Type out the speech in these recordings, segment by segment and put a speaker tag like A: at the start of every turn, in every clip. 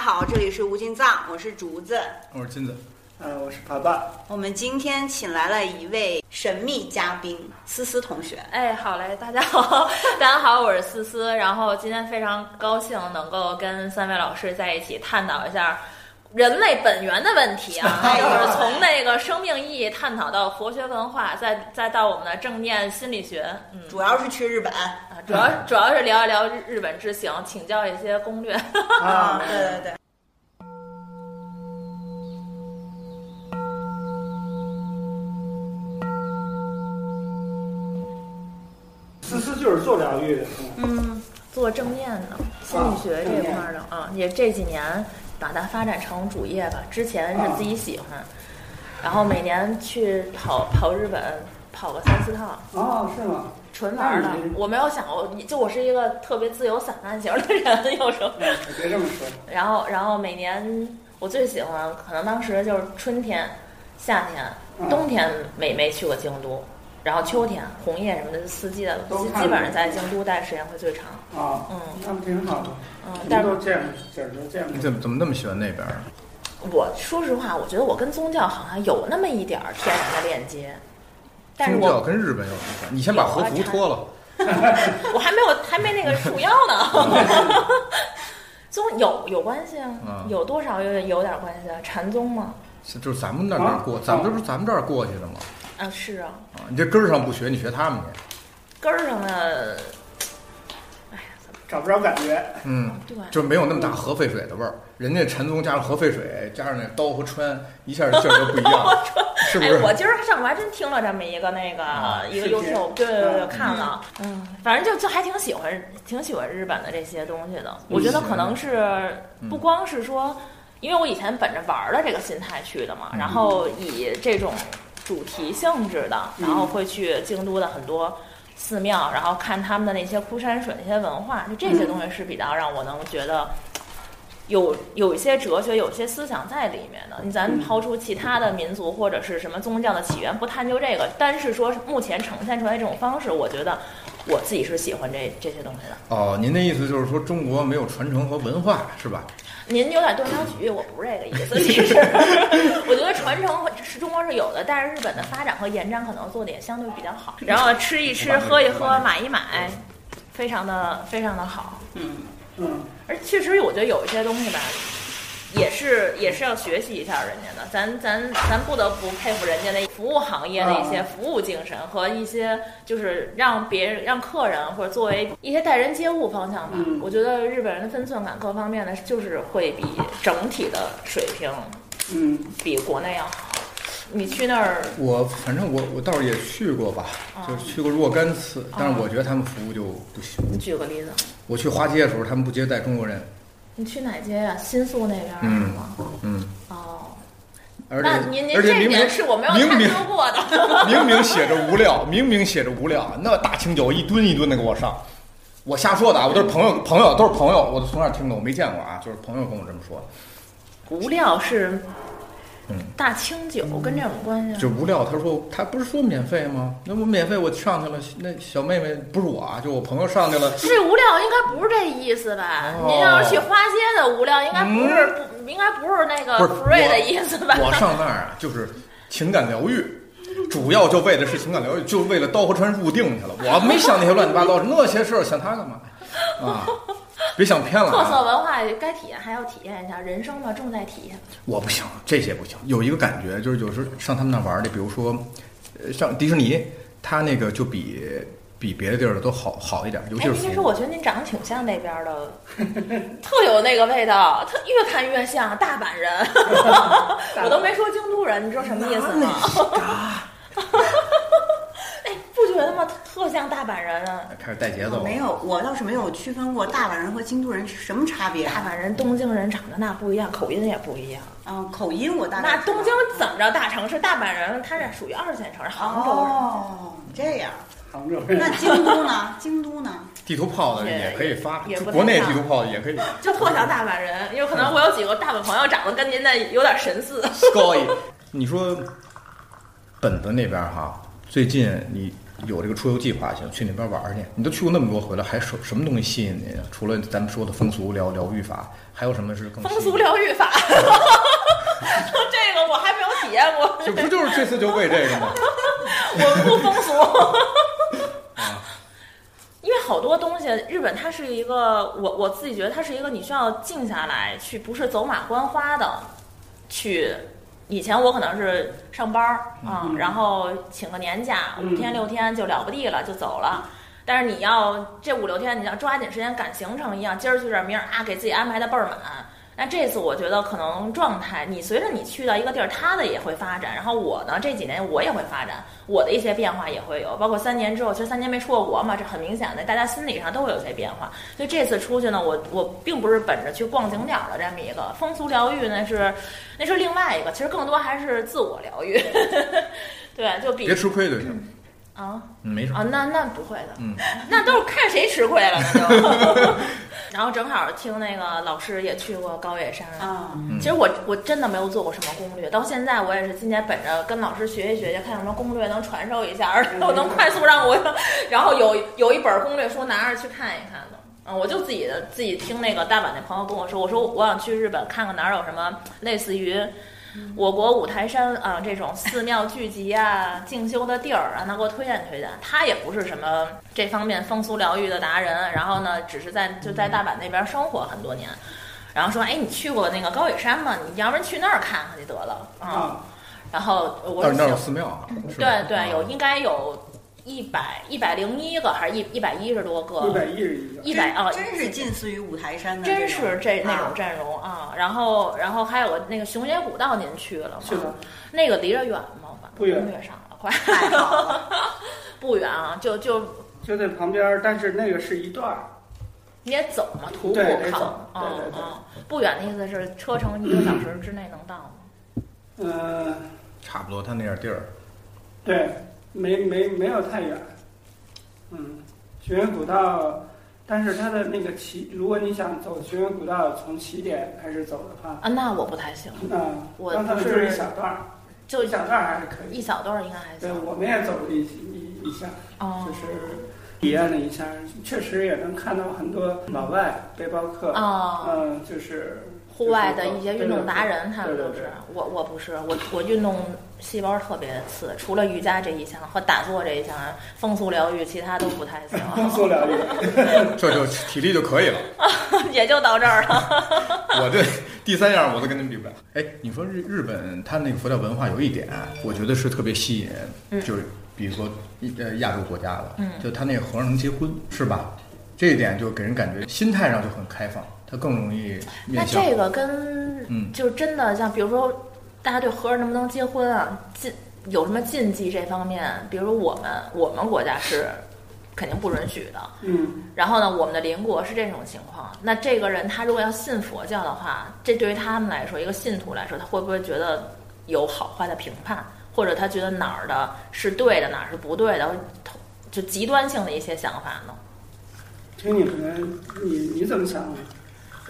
A: 好，这里是无尽藏，我是竹子。
B: 哦我是金子，
C: 呃，我是爬 爸，
A: 我们今天请来了一位神秘嘉宾，思思同学。
D: 哎，好嘞，大家好， 大家好，我是思思。然后今天非常高兴能够跟三位老师在一起探讨一下人类本源的问题啊，就是从那个生命意义探讨到佛学文化，再再到我们的正念心理学。嗯，
A: 主要是去日本
D: 啊主要主要是聊一聊日日本之行，请教一些攻略。
C: 啊
A: 对嗯对对。
C: 思思就是做疗愈的，
D: 嗯，做正念的心理学这块儿的啊，也这几年把它发展成主业吧。之前是自己喜欢，然后每年去跑跑日本，跑个三四趟，
C: 哦，是吗？
D: 纯玩儿的
C: 那你。
D: 我没有想过，就我是一个特别自由散漫型的人， 有时候。
C: 可嗯别这么说，
D: 然后，然后每年我最喜欢，可能当时就是春天、夏
C: 嗯
D: 天、冬天没没去过京都，然后秋天红叶什么的，四季的
C: 都看
D: 基本上
C: 过嗯
D: 在京都待时间会最长。
C: 啊，
D: 嗯
C: 那不挺好的？
D: 嗯，
C: 你
D: 但
C: 们
D: 是
C: 都这样，整都这样
B: 你，怎么怎么那么喜欢那边儿？啊
D: 我说实话，我觉得我跟宗教好像有那么一点儿天然的链接，但是
B: 宗教
D: 我
B: 跟日本有什么关系？你先把和服脱了，
D: 我还没有还没那个束腰呢。 宗有有关系啊
B: 嗯，
D: 有多少有有点关系啊？禅宗吗？
B: 是就是咱们那边儿过，
C: 啊
B: 咱
D: 哦
B: 们这不是咱们这儿过去的吗？
D: 啊，是啊，
B: 啊，你这根儿上不学，你学他们去。
D: 根儿上的，哎呀，怎么
C: 找不着感觉，
B: 嗯，
D: 对
B: 就没有那么大核废水的味儿。人家禅宗加上核废水，加上那刀和穿，一下劲儿就不一 样，是不是？
D: 哎，我今儿上午还真听了这么一个那个、
B: 啊
D: 一个
C: 视频
D: YouTube，对对对，
C: 嗯
D: 看了，嗯，反正就就还挺喜欢，挺喜欢日本的这些东西的。我觉得可能是不光是说，因为我以前本着玩儿的这个心态去的嘛，然后以这种主题性质的，
C: 嗯
D: 然后会去京都的很多。寺庙，然后看他们的那些枯山水、那些文化，就这些东西是比较让我能觉得有有一些哲学、有一些思想在里面的。你咱抛出其他的民族或者是什么宗教的起源，不探究这个，但是说目前呈现出来这种方式，我觉得我自己是喜欢这这些东西的。
B: 哦，您的意思就是说中国没有传承和文化是吧？
D: 您有点断章取义，我不是这个意思。其实，我觉得传承是中国是有的，但是日本的发展和延展可能做的也相对比较好。然后吃一吃，喝一喝，买一买，非常的非常的好。
A: 嗯，
C: 嗯，
D: 而确实，我觉得有一些东西吧，也是也是要学习一下人家的。咱咱咱不得不佩服人家的服务行业的一
B: 嗯
D: 些
C: 啊
D: 服务精神和一些就是让别人让客人或者作为一些待人接物方向吧。
C: 嗯
D: 我觉得日本人的分寸感各方面的，就是会比整体的水平
C: 嗯，
D: 比国内要好。你去那儿，
B: 我反正我我倒是也去过吧，
D: 哦
B: 就是去过若干次，但是我觉得他们服务就不行。
D: 你举个例子，
B: 我去花街的时候，他们不接待中国人，
D: 你去哪街呀、新宿那边儿
B: 嗯
D: 是吗？
B: 嗯，
D: 哦，
B: 而
D: 那
B: 且
D: 您您
B: 而且
D: 这
B: 明明
D: 点是我没有
B: 明
D: 探
B: 明
D: 究过的。
B: 明明写着无料，明明写着无料，那大清酒一吨一吨的给我上，我瞎说的啊，我都是朋友，朋友都是朋友，我都从哪儿听的，我没见过啊，就是朋友跟我这么说的，
D: 无料是，
B: 嗯
D: 大清酒跟这有什么关系啊？
B: 就无料，他说他不是说免费吗？那我免费我上去了，那小妹妹不是我啊，就我朋友上去了，
D: 这无料应该不是这意思吧？
B: 哦嗯
D: 您要是去花街的无料，应该不是不应该不是那个
B: 不是
D: free
B: 我
D: 的意思吧？
B: 我上那儿啊，就是情感疗愈，主要就为的是情感疗愈，就为了刀和川入定去了。我没想那些乱七八糟那些事儿，想他干嘛呀？啊，别想偏 了、
D: 特色
B: 啊。
D: 文化该体验还要体验一下，人生嘛重在体验。
B: 我不行，这些不行。有一个感觉就是，有时候上他们那玩儿的，比如说，呃，上迪士尼，他那个就比比别的地儿的都好好一点，尤其
D: 哎，
B: 是
D: 您别
B: 服
D: 说，
B: 务
D: 我觉得您长得挺像那边 的，特有那个味道，特越看越像大 阪人。我都没说京都人，你知道什么意思吗？哎，不觉得吗？特像大阪人啊。
B: 开始带节奏
A: 我
B: 了。
A: 没有，我倒是没有区分过大阪人和京都人是什么差别。啊
D: 大阪人、东京人长得那不一样，口音也不一样。
A: 嗯，口音我大概
D: 啊
A: 啊
D: 那
A: 知道
D: 东京怎么着大城市？大阪人他是属于二线城市，杭州人。
A: 哦，这样。
C: 杭州人
A: 那，京都 呢？京都呢？
B: 地图炮的也可以发
D: 也也，不
B: 国内
D: 太
B: 地
D: 像
B: 图炮的也可以。
D: 就特像大阪人，有可能我有几个大阪朋友长得跟您的有点 神似。
B: Sky，你说本子那边儿哈，最近你有这个出游计划，想去那边玩儿去。你都去过那么多回了，还什什么东西吸引你啊？除了咱们说的风俗疗疗愈法，还有什么是更
D: 风
B: 吸引你
D: 俗疗愈法， 这个我还没有体验过，
B: 这不就是这次就为这个吗？
D: 我不风俗。
C: 啊
D: 因为好多东西，日本它是一个我我自己觉得它是一个你需要静下来去，不是走马观花的去。以前我可能是上班儿啊、
C: 嗯
D: 然后请个年假，
C: 嗯
D: 五天六天就了不地了，就走了。但是你要这五六天，你要抓紧时间赶行程一样，今儿去这儿，明儿啊，给自己安排的倍儿满。那这次我觉得可能状态，你随着你去到一个地儿，它的也会发展。然后我呢，这几年我也会发展，我的一些变化也会有，包括三年之后，其实三年没出过国嘛，这很明显的，大家心理上都会有一些变化。所以这次出去呢，我我并不是本着去逛景点儿的这么一个风俗疗愈，那是那是另外一个，其实更多还是自我疗愈。 对，就比
B: 别吃亏对是吗？
D: 啊
B: 嗯没什
D: 啊，
B: 么。
D: 那那不会的，
B: 嗯，
D: 那都是看谁吃亏了，那就。 然后正好听那个老师也去过高野山，
A: 啊，
B: 嗯
D: 其实我我真的没有做过什么攻略，到现在我也是今年本着跟老师学习学习，看有什么攻略能传授一下，而且我能快速让我， 然后有有一本攻略书拿着去看一看的。嗯，我就自己的自己听那个大阪那朋友跟我说，我说我想去日本看看哪儿有什么类似于我国五台山啊、这种寺庙聚集啊、 进修的地儿，让他给我推荐推荐。他也不是什么这方面风俗疗愈的达人，啊然后呢，只是在就在大阪那边生活很多年。然后说，哎，你去过那个高野山吗？你要不然去那儿看看去得了啊。
C: 啊，
D: 然后我
B: 但
D: 说
B: 是那儿有
D: 行
B: 寺庙啊，是吧
D: 对对，有应该有一百一百零一个，还是一一百一十多
C: 一
D: 个？
C: 百一十一个，
D: 啊一百啊，
A: 真是近似于五台山的这种，
D: 真是这那种
A: 啊
D: 阵容啊。然后然后还有个那个熊野古道，您去了吗？
C: 去了
D: 那个离着远吗？我
C: 不远
D: 攻略上了， 快
A: 太好啊了，
D: 不远啊，就就
C: 就在旁边儿，但是那个是一段儿，
D: 你也走嘛，徒步
C: 对得
D: 靠
C: 走，对
D: 嗯
C: 对对
D: 嗯，不远的意思是车程一个小时之内能到吗？
C: 嗯、
B: 差不多，他那点地儿，
C: 对，没没没有太远，嗯，学院古道，但是它的那个起，如果你想走学院古道，从起点开始走的话，
D: 啊，那我不太行，
C: 那
D: 我
C: 刚才
D: 不
C: 就是是一小段儿，
D: 就
C: 一小段儿还是可以。
D: 一小段儿应该还
C: 对，
D: 行。
C: 我们也走了一一一下，
D: 哦
C: 就是体验了一下，确实也能看到很多老外背包客，
D: 哦，
C: 嗯，就是
D: 户外的一些运动达人，他们
C: 对
D: 都
C: 对对
D: 是我我不是我我运动细胞特别次，除了瑜伽这一项和打坐这一项，风俗疗愈其他都不 太行，
C: 风俗疗愈，
B: 这就体力就可以了。
D: 也就到这儿了。
B: 我这第三样我都跟您比不了。哎，你说日日本它那个佛教文化有一点，我觉得是特别吸引人，
D: 嗯
B: 就是比如说呃亚洲国家的，
D: 嗯
B: 就他那个和尚能结婚是吧？这一点就给人感觉心态上就很开放，他更容易
D: 那
B: 面向。
D: 这个跟
B: 嗯
D: 就是真的像，比如说大家对和尚能不能结婚啊，禁有什么禁忌这方面，比如说我们我们国家是肯定不允许的。
C: 嗯，
D: 然后呢，我们的邻国是这种情况，那这个人他如果要信佛教的话，这对于他们来说，一个信徒来说，他会不会觉得有好坏的评判，或者他觉得哪儿的是对的，哪儿是不对的，或者就极端性的一些想法呢？
C: 听你们，你你怎么想的？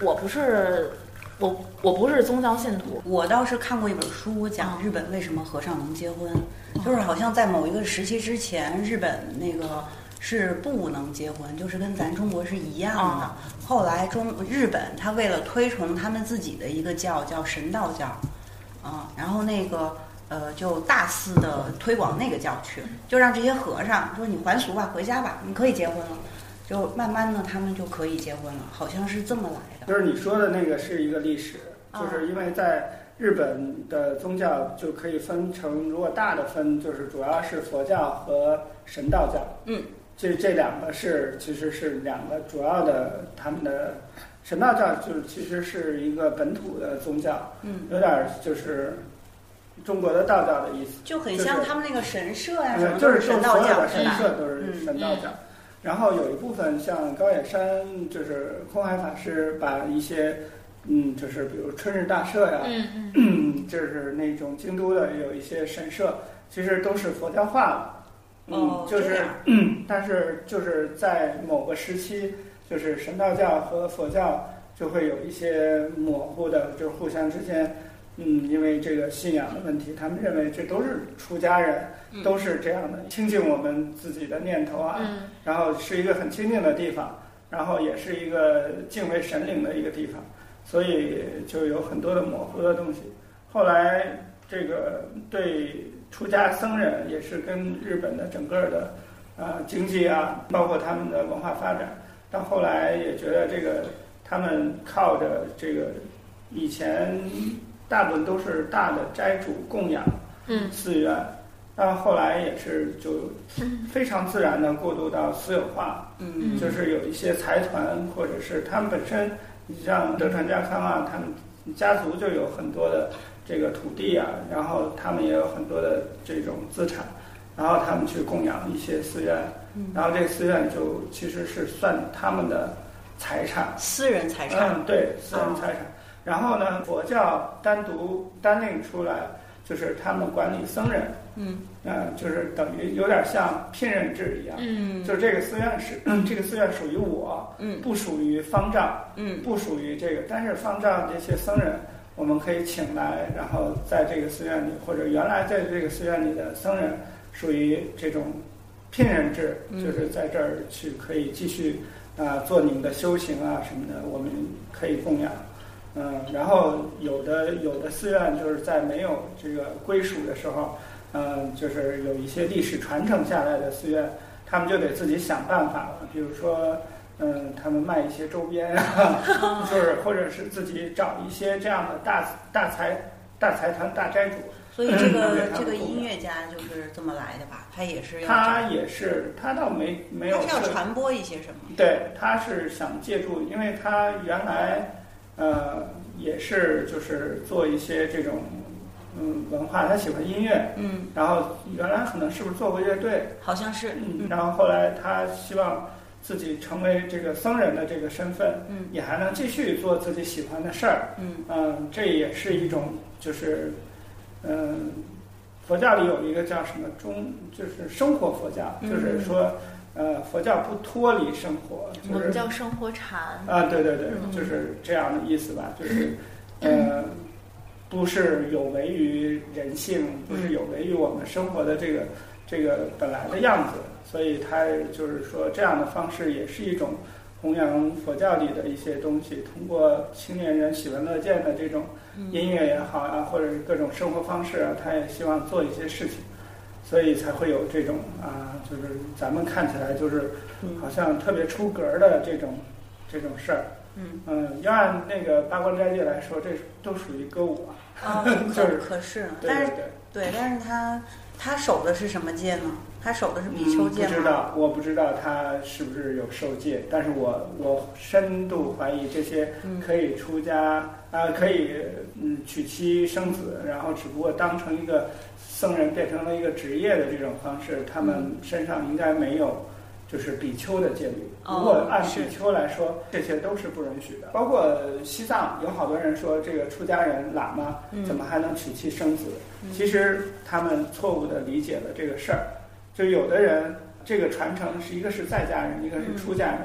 D: 我不是我我不是宗教信徒，
A: 我倒是看过一本书，讲日本为什么和尚能结婚，就是好像在某一个时期之前，日本那个是不能结婚，就是跟咱中国是一样的。后来中日本他为了推崇他们自己的一个教叫神道教，啊，然后那个呃就大肆的推广那个教去，就让这些和尚说你还俗吧，回家吧，你可以结婚了。就慢慢的，他们就可以结婚了，好像是这么来的。
C: 就是你说的那个是一个历史，
A: 啊
C: 就是因为在日本的宗教就可以分成，如果大的分就是主要是佛教和神道教，
A: 嗯，
C: 这这两个是其实是两个主要的他们的神道教就是其实是一个本土的宗教，
A: 嗯，
C: 有点儿就是中国的道教的意思。
A: 就很像他们那个神社呀、什么
C: 就
A: 都
C: 是
A: 神道教
C: 的
A: 是
C: 神
A: 吧？嗯
C: 社都是神道教。然后有一部分像高野山，就是空海法师把一些，嗯，就是比如春日大社呀，
D: 嗯嗯
C: 嗯，就是那种京都的有一些神社，其实都是佛教化了。嗯
A: 哦，
C: 就
A: 这
C: 是
A: 样，
C: 嗯，但是就是在某个时期，就是神道教和佛教就会有一些模糊的，就是互相之间嗯，因为这个信仰的问题，他们认为这都是出家人，
D: 嗯
C: 都是这样的，清净我们自己的念头啊，
D: 嗯
C: 然后是一个很清净的地方，然后也是一个敬畏神灵的一个地方，所以就有很多的模糊的东西。后来这个对出家僧人也是跟日本的整个的呃经济啊，包括他们的文化发展，到后来也觉得这个他们靠着这个以前大部分都是大的斋主供养
D: 嗯
C: 寺院，但后来也是就非常自然的过渡到私有化，
A: 嗯
C: 就是有一些财团或者是他们本身，你像德川家康啊，他们家族就有很多的这个土地啊，然后他们也有很多的这种资产，然后他们去供养一些寺院，然后这寺院就其实是算他们的财产，
A: 私人财产，
C: 嗯，对，私人财产。然后呢，佛教单独单另出来，就是他们管理僧人，
A: 嗯
C: 嗯，就是等于有点像聘任制一样，
D: 嗯
C: 就是这个寺院是 这个寺院属于我，
A: 嗯
C: 不属于方丈，
A: 嗯
C: 不属于这个。但是方丈这些僧人，我们可以请来，然后在这个寺院里，或者原来在这个寺院里的僧人，属于这种聘任制，
A: 嗯
C: 就是在这儿去可以继续啊、做你们的修行啊什么的，我们可以供养。嗯，然后有的有的寺院就是在没有这个归属的时候，嗯，就是有一些历史传承下来的寺院，他们就得自己想办法了。比如说，嗯，他们卖一些周 边啊，就是或者是自己找一些这样的大大财大财团大斋主，
A: 所以这
C: 嗯对
A: 个
C: 他们
A: 这个
C: 供养
A: 音乐家就是这么来的吧？他也是要
C: 他
A: 传
C: 也是他倒没没有
A: 他是要
C: 特
A: 传播一些什么？
C: 对，他是想借助，因为他原来呃也是就是做一些这种嗯文化，他喜欢音乐，
A: 嗯，
C: 然后原来可能是不是做过乐队，
A: 好像是，
C: 嗯，
A: 嗯
C: 然后后来他希望自己成为这个僧人的这个身份，
A: 嗯
C: 也还能继续做自己喜欢的事儿，
A: 嗯
C: 嗯，这也是一种就是嗯。佛教里有一个叫什么中，就是生活佛教，就是
A: 嗯
C: 说，呃，佛教不脱离生活，
D: 我
C: 就是
D: 们叫生活禅，
C: 啊，对对对
D: 嗯，
C: 就是这样的意思吧，就是，呃，不是有违于人性，不是有违于我们生活的这个这个本来的样子，所以他就是说这样的方式也是一种弘扬佛教里的一些东西，通过青年人喜闻乐见的这种
A: 嗯
C: 音乐也好啊，或者是各种生活方式啊，他也希望做一些事情，所以才会有这种啊，就是咱们看起来就是好像特别出格的这种这种事儿。
A: 嗯
C: 嗯，要按那个八关斋戒来说，这都属于歌舞啊。
A: 啊，
C: 就是
A: 可可是，
C: 对
A: 但
C: 对
A: 是
C: 对，
A: 对，但是他他守的是什么戒呢？他守的是比丘
C: 嗯，不
A: 戒
C: 知
A: 吗？
C: 道，我不知道他是不是有受戒，但是我我深度怀疑这些
A: 嗯
C: 可以出家啊、可以嗯娶妻生子，然后只不过当成一个僧人变成了一个职业的这种方式，他
A: 嗯
C: 们身上应该没有。就是比丘的戒律，
A: 哦
C: 如果按
A: 是
C: 比丘来说，这些都是不允许的。包括西藏有好多人说，这个出家人喇嘛
A: 嗯
C: 怎么还能娶妻生子？
A: 嗯
C: 其实他们错误的理解了这个事儿，就有的人这个传承是一个是在家人，一个
A: 嗯
C: 是出家人，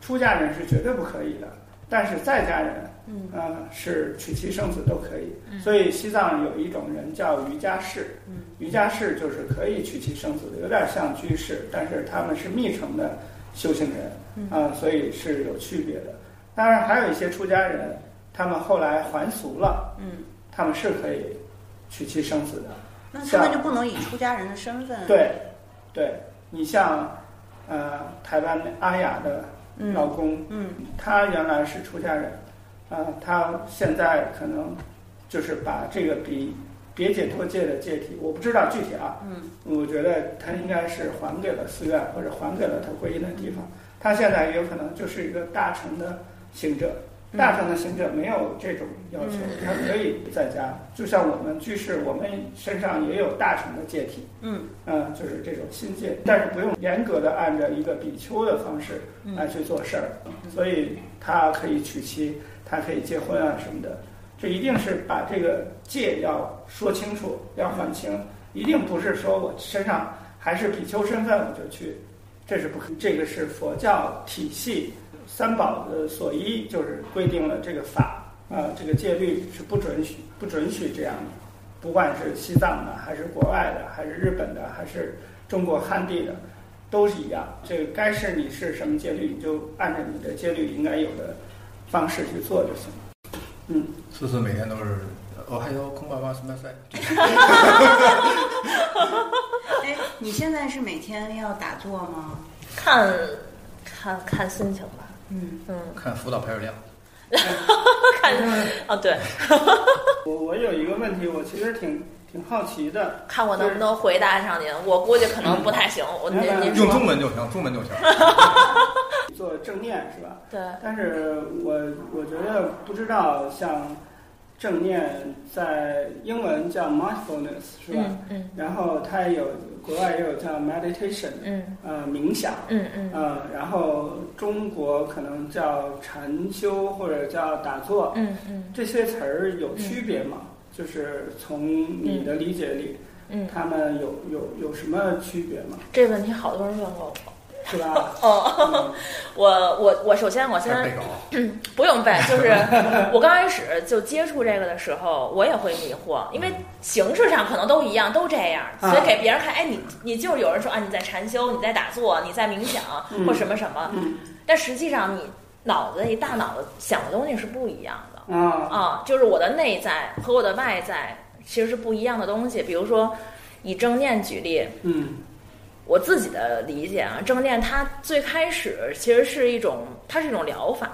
C: 出家人是绝对不可以的，但是在家人，
A: 嗯
C: 呃，是娶妻生子都可以。
D: 嗯
C: 所以西藏有一种人叫瑜伽士，
A: 嗯
C: 瑜伽士就是可以娶妻生子的，有点像居士，但是他们是密乘的修行人
A: 嗯
C: 啊、所以是有区别的。当然，还有一些出家人，他们后来还俗了，
A: 嗯，
C: 他们是可以娶妻生子的。
A: 那他们就不能以出家人的身份
C: 对，对你像呃台湾阿雅的
A: 嗯
C: 老公，
A: 嗯
C: 他原来是出家人，呃，他现在可能就是把这个比别解脱戒的戒体，我不知道具体啊，
A: 嗯
C: 我觉得他应该是还给了寺院或者还给了他皈依的地方。他现在有可能就是一个大乘的行者，
A: 嗯
C: 大乘的行者没有这种要求，他可以在家，就像我们居士，我们身上也有大乘的戒体。
A: 嗯
C: 嗯，就是这种心戒，但是不用严格的按照一个比丘的方式
A: 嗯
C: 来去做事儿，所以他可以娶妻，他可以结婚啊什么的，这一定是把这个戒要说清楚，要还清，一定不是说我身上还是比丘身份我就去，这是不可，这个是佛教体系三宝的所依，就是规定了这个法，啊、这个戒律是不准许不准许这样的，不管是西藏的，还是国外的，还是日本的，还是中国汉地的，都是一样。这个该是你是什么戒律，你就按照你的戒律应该有的方式去做就行了。嗯，
B: 思思每天都是，我还有空爸爸什么赛，
A: 哎，你现在是每天要打坐吗？
D: 看看看心情吧，
A: 嗯，
D: 嗯，
B: 看辅导排水量。
D: 看啊对，
C: 我我有一个问题，我其实挺挺好奇的，
D: 看我能不能回答上您，我估计可能不太行，我您您
B: 用
D: 说
B: 中文就行，中文 就行。
C: 做正念是吧？
D: 对，
C: 但是我我觉得不知道像正念在英文叫 mindfulness 是吧？
D: 嗯嗯
C: 然后它也有国外也有叫 meditation，
D: 嗯
C: 呃，冥想，
D: 嗯嗯
C: 呃，然后中国可能叫禅修或者叫打坐，
D: 嗯嗯
C: 这些词儿有区别吗？就是从你的理解里，
D: 嗯，
C: 他们有有有什么区别吗？
D: 这问题好多人问过我。？
C: 是吧
D: 哦，
C: 嗯
D: 我我我首先我
B: 还
D: 先
B: 背稿，
D: 不用背，就是 我刚开始就接触这个的时候，我也会迷惑，因为形式上可能都一样，都这样，
C: 啊
D: 所以给别人看，哎，你你就是有人说啊，你在禅修，你在打坐，你在冥想
C: 嗯
D: 或什么什么，
C: 嗯
D: 但实际上你脑子里大脑子想的东西是不一样的
C: 啊
D: 啊，就是我的内在和我的外在其实是不一样的东西。比如说以正念举例，
C: 嗯
D: 我自己的理解啊，正念它最开始其实是一种，它是一种疗法，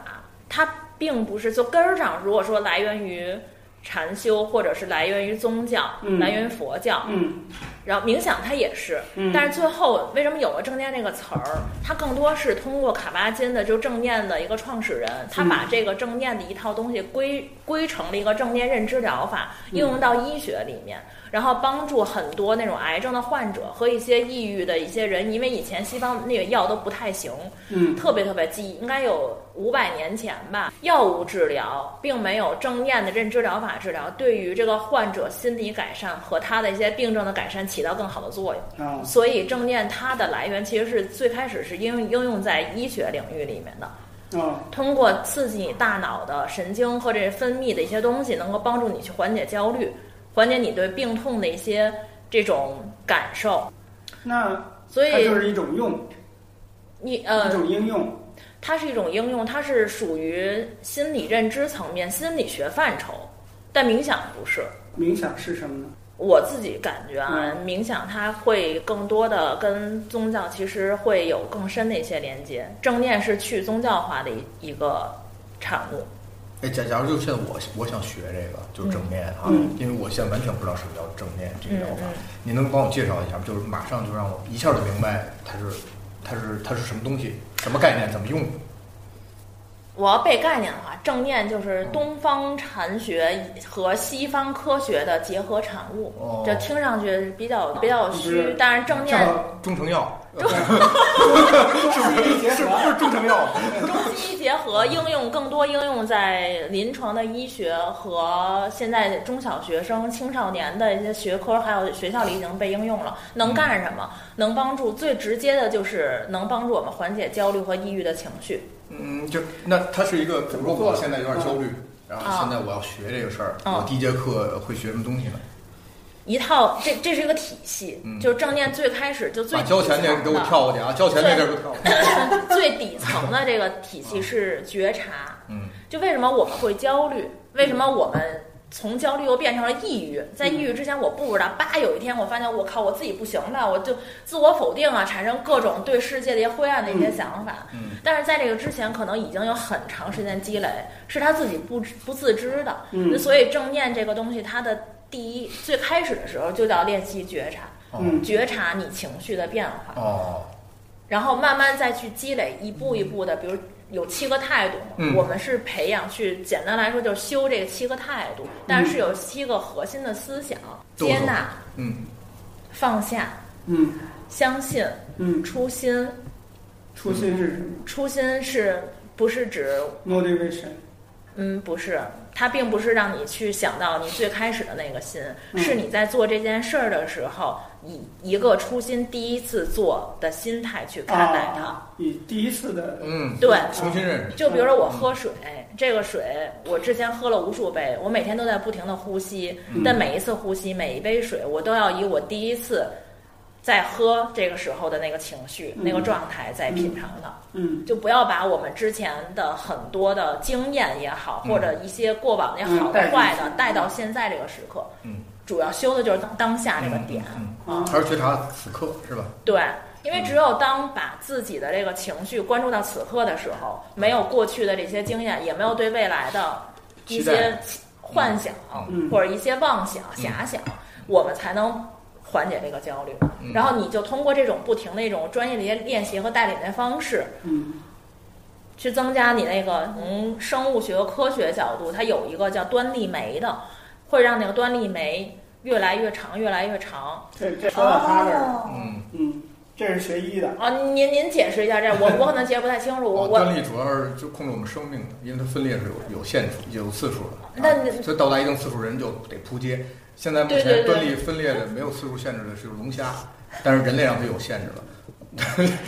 D: 它并不是就根儿上，如果说来源于禅修或者是来源于宗教，
C: 嗯
D: 来源于佛教，
C: 嗯
D: 然后冥想它也是，
C: 嗯，
D: 但是最后为什么有了正念这个词儿？它更多是通过卡巴金的就正念的一个创始人，他
C: 嗯
D: 把这个正念的一套东西归归成了一个正念认知疗法，应用到医学里面，然后帮助很多那种癌症的患者和一些抑郁的一些人，因为以前西方那个药都不太行，
C: 嗯
D: 特别特别记忆，应该有五百年前吧。药物治疗并没有正念的认知疗法治疗对于这个患者心理改善和他的一些病症的改善起到更好的作用。
C: 啊
D: 所以正念它的来源其实是最开始是应用应用在医学领域里面的，
C: 啊
D: 通过刺激你大脑的神经和这分泌的一些东西，能够帮助你去缓解焦虑，缓解你对病痛的一些这种感受。
C: 那
D: 所
C: 它就
D: 以
C: 是一种用，
D: 你
C: 一
D: 呃，
C: 种应用。
D: 它是一种应用，它是属于心理认知层面、心理学范畴，但冥想不是。
C: 冥想是什么呢？
D: 我自己感觉啊，
C: 嗯
D: 冥想它会更多的跟宗教其实会有更深的一些连接。正念是去宗教化的一一个产物。
B: 哎，假假如就现在我我想学这个，就是正念啊，
C: 嗯
B: 因为我现在完全不知道什么叫正念这个疗法
D: 嗯，
B: 你能帮我介绍一下吗？就是马上就让我一下就明白它是它是它是什么东西，什么概念，怎么用？
D: 我要背概念的话，正念就是东方禅学和西方科学的结合产物。
B: 哦
D: 这听上去比较比较
C: 不
D: 虚
C: 是，
D: 但是正念
B: 叫中成药，呃
C: 是不是结
B: 是不
C: 合？
B: 是中成药？
D: 中西医结合应用更多应用在临床的医学和现在中小学生、青少年的一些学科，还有学校里已经被应用了。能干什么？能帮助最直接的就是能帮助我们缓解焦虑和抑郁的情绪。
B: 嗯，就那它是一个，比如说我现在有点焦虑，然后
D: 啊
B: 现在我要学这个事儿，
D: 嗯
B: 我第一节课会学什么东西呢？
D: 一套，这这是一个体系，
B: 嗯
D: 就是正念最开始就最
B: 把交钱那个给我跳过去啊，交钱那地儿给我跳过去。
D: 底层的 最底层的这个体系是觉察，
B: 嗯，
D: 就为什么我们会焦虑？为什么我们从焦虑又变成了抑郁？在抑郁之前，我不知道。叭，有一天我发现，我靠，我自己不行了，我就自我否定啊，产生各种对世界的一些灰暗的一些想法。
B: 嗯嗯
D: 但是在这个之前，可能已经有很长时间积累，是他自己不知不自知的。
C: 嗯
D: 所以正念这个东西，它的第一最开始的时候就叫练习觉察，
B: 哦
C: 嗯
D: 觉察你情绪的变化。
B: 哦，
D: 然后慢慢再去积累，一步一步的，比如有七个态度嘛，
B: 嗯
D: 我们是培养去，简单来说就是修这个七个态度，但是有七个核心的思想：
B: 都
D: 接
B: 懂
D: 纳、
B: 嗯，
D: 放下、
C: 嗯
D: 相信、
C: 嗯，
D: 初心。
C: 初心是什么
D: 初心是不是指
C: ？motivation。
D: 嗯，不是，它并不是让你去想到你最开始的那个心，
C: 嗯
D: 是你在做这件事儿的时候，以一个初心第一次做的心态去看待它。
C: 啊，以第一次的啊
B: 嗯，
D: 对
B: 重新认识，
D: 就比如说我喝水，这个水我之前喝了无数杯，我每天都在不停的呼吸，
B: 嗯
D: 但每一次呼吸，每一杯水，我都要以我第一次在喝这个时候的那个情绪、那个状态在品尝它。
C: 嗯
D: 就不要把我们之前的很多的经验也好，
B: 嗯
D: 或者一些过往的也好
C: 嗯
D: 的
C: 带、进去
D: 坏的带到现在这个时刻。
B: 嗯，
D: 主要修的就是当当下这个点。
B: 嗯，
C: 啊
B: 嗯，还是觉察此刻是吧？
D: 对，因为只有当把自己的这个情绪关注到此刻的时候，没有过去的这些经验，也没有对未来的一
B: 期待
D: 些幻想、
C: 嗯
D: 或者一些妄想、遐
B: 嗯
D: 想，我们才能。缓解这个焦虑，然后你就通过这种不停的一种专业的一些练习和带领的方式，
C: 嗯
D: 去增加你那个从生物学和科学角度，它有一个叫端粒酶的，会让那个端粒酶越来越长，越来越长。
C: 这这说到他这儿了，
A: 哦
B: 嗯，
C: 嗯，这是学医的，
D: 啊，您您解释一下这，我我可能解释不太清楚，我
B: 哦
D: 我
B: 端粒主要是就控制我们生命的，因为它分裂是有有限数、有次数的。
D: 那
B: 啊
D: 你
B: 所以到达一定次数，人就得扑街。现在目
D: 对对
B: 前
D: 对
B: 端粒分裂的没有次数限制的是龙虾，但是人类让它有限制了，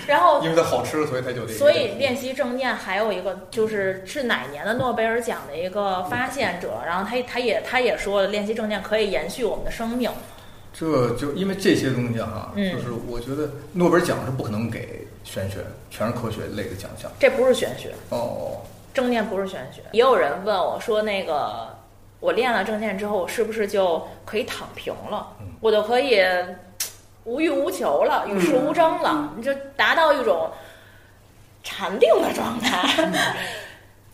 D: 然后
B: 因为它好吃，所以它就得。
D: 哦所以练习正念还有一个就是是哪年的诺贝尔奖的一个发现者，然后他他也他也说了，练习正念可以延续我们的生命。
B: 这就因为这些东西哈，
D: 嗯
B: 就是我觉得诺贝尔奖是不可能给玄学，全是科学类的奖项。
D: 这不是玄学，
B: 哦，
D: 正念不是玄学。也有人问我说，那个我练了正念之后，我是不是就可以躺平了？我就可以嘖无欲无求了，与世无争了，你就达到一种禅定的状态。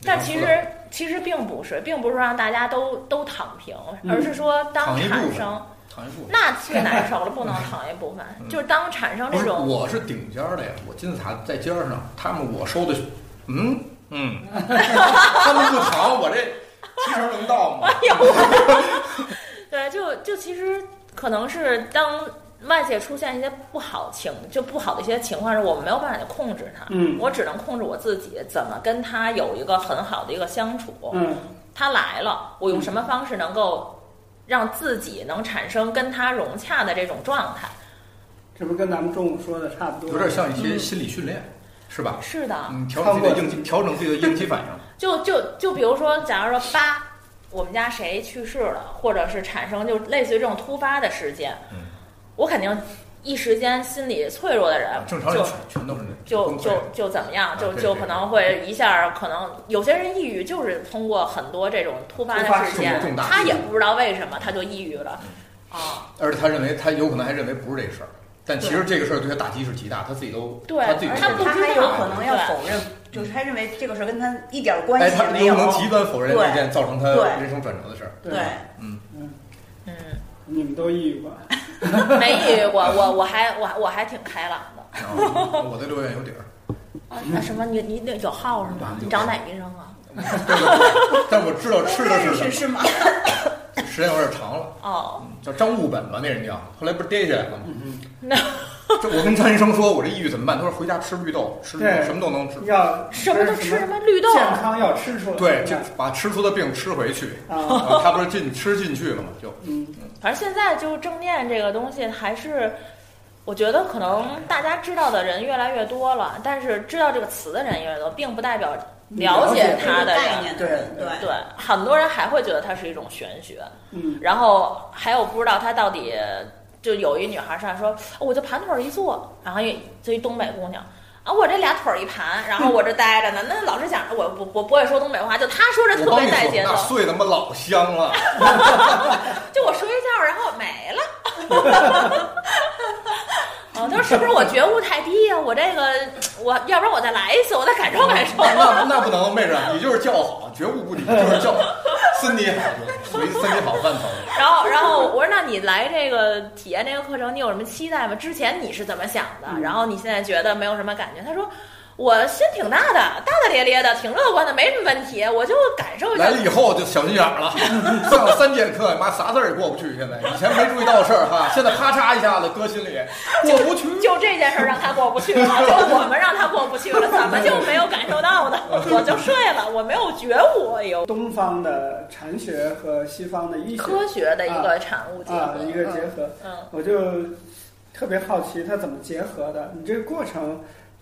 D: 但其
B: 你能说
D: 实其实并不是，并不是说让大家都都躺平，而是说当
B: 嗯躺一部
D: 产
B: 分
D: 生。
B: 唐一部
D: 那太难受了，不能躺一部分。就是当产生
B: 嗯不
D: 啊这
B: 是，
D: 种，
B: 我是顶尖儿的呀，我金字塔在尖儿上，他们我收的，嗯嗯， 他们不躺，我这提成能到吗？
D: 对，就就其实可能是当外界出现一些不好情，就不好的一些情况时，我们没有办法去控制它。
C: 嗯
D: 我只能控制我自己怎么跟他有一个很好的一个相处。
C: 嗯
D: 他来了，我用什么方式能够让自己能产生跟他融洽的这种状态？
C: 这不跟咱们中午说的差不多，
B: 有点像一
D: 嗯
B: 些心理训练，是吧？
D: 是的，
B: 嗯，调整自己的应激，调整自己的应激反应，
D: 就就就比如说，假如说八，我们家谁去世了，或者是产生就类似于这种突发的事件，
B: 嗯
D: 我肯定一时间心理脆弱的人
B: 啊，正常人
D: 哎就
B: 全全都是
D: 就
B: 崩溃啊
D: 就就怎么样，就
B: 对
D: 就
B: 对
D: 可能会一下，可能有些人抑郁就是通过很多这种突发
C: 突发
D: 的事
C: 事
D: 件
B: 件重，大
D: 他
B: 事嗯
D: 也
B: 件
D: 不知道为什么他就抑郁了，啊，
B: 而且他认为他有可能还认为不是这事儿，但其实这个事儿对他打击是极大，他自己都
D: 对
B: 他自己都
D: 而且
A: 他还有可能要
D: 对
A: 否认，就是他认为这个事儿跟他一点儿关
B: 哎，
A: 系
B: 他
A: 也没
B: 有可能极端否认
A: 对
B: 这件造成他
A: 对
B: 人生转折的事 儿。
A: 对，
B: 嗯，
D: 嗯，
C: 你们都抑郁过，
D: 没抑郁过，我我还我还我还挺开朗的。
B: 然后我对六眼有底儿，
D: 啊，那什么，你你那有号是吗？你找哪医生啊？
B: 但我知道
A: 都
B: 吃的
A: 认
B: 嗯是什
A: 识
B: 么，
A: 是吗？
B: 时间有点长了。
D: 哦，
B: 叫张悟本吧，那人叫，后来不是跌下来了吗？
D: 那
B: 这我跟张医生说，我这抑郁怎么办？他说回家吃绿豆，吃绿豆
C: 对
B: 什么都能吃。
C: 嗯要
D: 什么都吃什么绿豆
C: 健康要吃出来，
B: 对，就把吃出的病吃回去。
C: 啊，
B: 啊他不是进吃进去了吗？就
C: 嗯，
D: 反正现在就是正念这个东西，还是我觉得可能大家知道的人越来越多了，但是知道这个词的人越来越多，并不代表了解它
A: 有
D: 的
A: 概
D: 人。
A: 念的人
C: 对
D: 对，很多人还会觉得它是一种玄学，
C: 嗯，
D: 然后还有不知道它到底。就有一女孩上来说，哦我就盘腿儿一坐，然后一就一东北姑娘。啊，我这俩腿儿一盘，然后我这待着呢。那老师讲，我我我不会说东北话，就她说这
B: 我
D: 特
B: 帮
D: 别
B: 你
D: 带
B: 说，
D: 节奏
B: 那，睡他妈老香 了。
D: 就我睡一觉，然后没了。 哦，他说是不是我觉悟太低呀、我这个，我要不然我再来一次，我再感受感 受。
B: 那那那不能，妹子，你就是叫好，觉悟不低，就是叫好。身体好，属于身体好饭 堂。
D: 然后，然后我说，那你来这个体验这个课程，你有什么期待吗？之前你是怎么想的？然后你现在觉得没有什么感觉？他说。我心挺大的，大大咧咧的，挺乐观的，没什么问题，我就感受一下
B: 来。了以后就小心眼儿了，上了三节课，妈啥字儿也过不去。现在以前没注意到的事儿哈，现在咔嚓一下子搁心里过不去。
D: 就这件事儿让他过不去了，就我们让他过不去了，怎么就没有感受到呢？我就睡了，我没有觉悟，哎呦。
C: 东方的禅学和西方的医学
D: 科学的一个产物结合，
C: 啊啊一个结合，
D: 嗯，
C: 我就特别好奇它怎么结合的。你这个过程，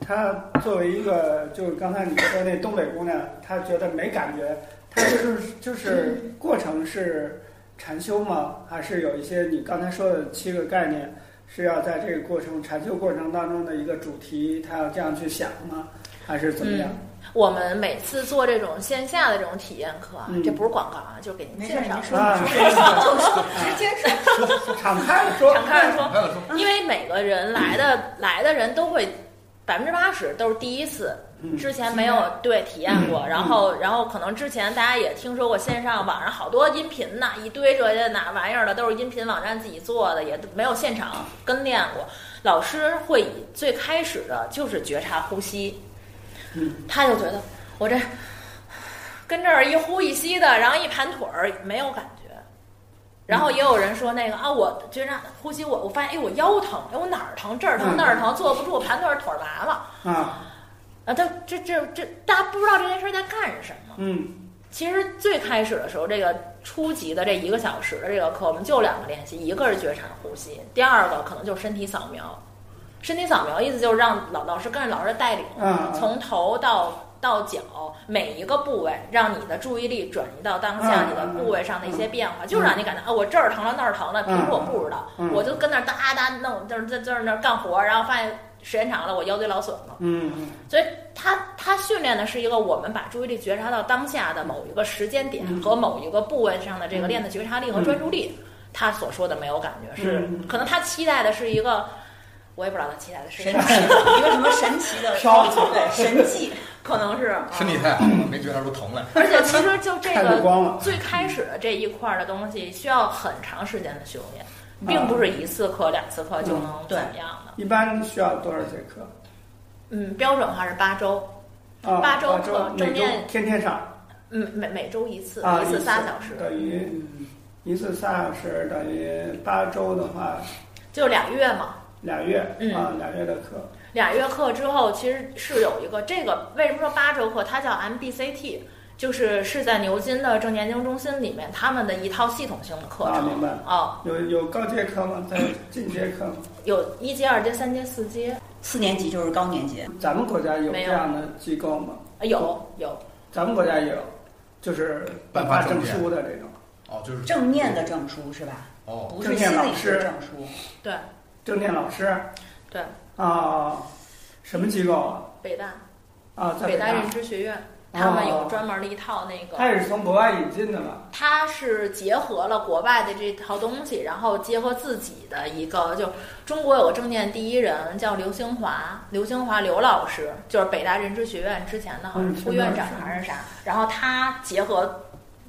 C: 它作为一个就是刚才你说那东北姑娘，她觉得没感觉，它就是就是过程是禅修吗？还是有一些你刚才说的七个概念是要在这个过程禅修过程当中的一个主题，他要这样去想吗？还是怎么样？
D: 我们每次做这种线下的这种体验课啊，
C: 嗯
D: 这不是广告啊，就给您
A: 没
D: 介
A: 事儿，您
D: 绍一
A: 说，
D: 下。
C: 啊
A: 您说，就说，直接说。
C: 敞开了说，
D: 敞开了说，
B: 还有说，
D: 因为每个人来的来的人都会百分之八十都是第一次，
C: 嗯
D: 之前没有对体验过，然后然后可能之前大家也听说过线上网上好多音频呐，一堆这些哪玩意儿的都是音频网站自己做的，也没有现场跟练过。老师会以最开始的就是觉察呼吸，
C: 嗯
D: 他就觉得我这跟这儿一呼一吸的，然后一盘腿儿没有感觉。然后也有人说那个啊，我觉着呼吸我，我发现哎，我腰疼，哎，我哪儿疼，这儿疼
C: 嗯
D: 那儿疼，坐不住，盘腿儿腿儿麻了。
C: 啊，
D: 啊，他这这这，大家不知道这件事儿在干什么。
C: 嗯
D: 其实最开始的时候，这个初级的这一个小时的这个课，我们就两个练习，一个是觉察呼吸，第二个可能就是身体扫描。身体扫描意思就是让老老师跟着老师的带领，
C: 嗯，
D: 从头到到脚每一个部位，让你的注意力转移到当下
C: 嗯
D: 你的部位上的一些变化，就让你感觉啊，我这儿疼了那儿疼了，平时我不知道，
C: 嗯
D: 我就跟那儿哒哒弄，就是在在那儿干活，然后发现时间长了我腰椎劳损了。
C: 嗯嗯
D: 所以他他训练的是一个我们把注意力觉察到当下的某一个时间点
C: 嗯
D: 和某一个部位上的这个练的觉察力和专注力。他所说的没有感觉是
C: 嗯，
D: 可能他期待的是一个，我也不知道他期待的是
A: 神
D: 什
A: 奇
D: 么，
A: 一个什么神奇的
C: 飘起
A: 对神迹，
D: 可能是啊
B: 身体太好了，没觉得都疼了。
D: 而且其实就 这
C: 看着
D: 个
C: 光了，
D: 最开始的这一块儿的东西需要很长时间的修炼，
C: 嗯
D: 并不是一次课两次课就能怎么样
C: 啊
D: 的。
C: 一般需要多少节课？
D: 嗯，标准化是八周，
C: 啊，
D: 八
C: 八
D: 周
C: 周
D: 课，
C: 每
D: 中
C: 周
D: 间
C: 天天上。
D: 嗯，每每周一次，
C: 啊，
D: 一次仨小时，
C: 等于
A: 嗯
C: 一次仨小时等于八周的话，
D: 就俩月嘛。
C: 俩月
D: 嗯
C: 啊，俩月的课，
D: 俩月课之后，其实是有一个这个为什么说八周课，它叫 MBCT，就是是在牛津的正念经中心里面他们的一套系统性的课
C: 啊，
D: 程。
C: 明白？
D: 哦，
C: 有有高阶课吗？在进阶课吗？
D: 有一阶、二阶、三阶、四阶，
A: 四年级就是高年级，
C: 咱们国家有这
D: 没有
C: 样的机构吗？
D: 啊有有，
C: 咱们国家也有，就是
B: 颁
C: 发
B: 发
C: 证
B: 证件
C: 书的这种，
B: 哦，就是
A: 正念的证书是吧？
B: 哦，
A: 不是心理学证书，
D: 对
C: 证件老师
D: 对，
C: 啊，什么机构啊？
D: 北大
C: 啊，在
D: 北大
C: 大，
D: 认知学院，他们有专门的一套那
C: 它
D: 个，
C: 也是从国外引进的嘛？
D: 它是结合了国外的这套东西，然后结合自己的一个，就中国有个证件第一人叫刘兴华，刘兴华刘老师就是北大认知学院之前的好像
C: 嗯
D: 是副院长
C: 是的
D: 还是啥，然后他结合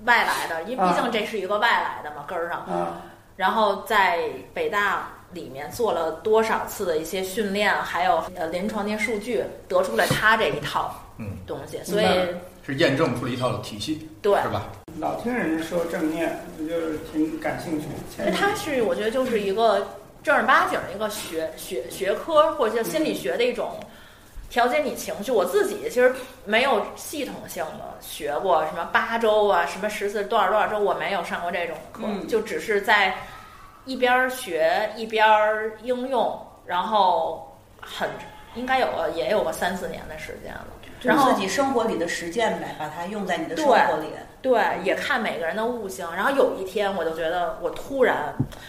D: 外来的，因为
C: 啊
D: 毕竟这是一个外来的嘛根儿上，
C: 啊，
D: 然后在北大里面做了多少次的一些训练，还有呃临床的数据，得出了他这一套
B: 嗯
D: 东西，所以
C: 明白
B: 是验证出了一套体系，
D: 对，
B: 是吧？
C: 老听人家说正念，我就是挺感兴趣。
D: 所以它是我觉得就是一个正儿八经儿的一个学学学科或者叫心理学的一种调节你情绪。我自己其实没有系统性的学过什么八周啊，什么十四多少多少周，我没有上过这种课，
A: 嗯
D: 就只是在一边儿学一边儿应用，然后很应该有个也有个三四年的时间了。然
A: 然后
D: 后
A: 自己生活里的实践呗，把它用在你的
D: 对
A: 生活里。
D: 对，也看每个人的悟性。然后有一天，我就觉得我突然，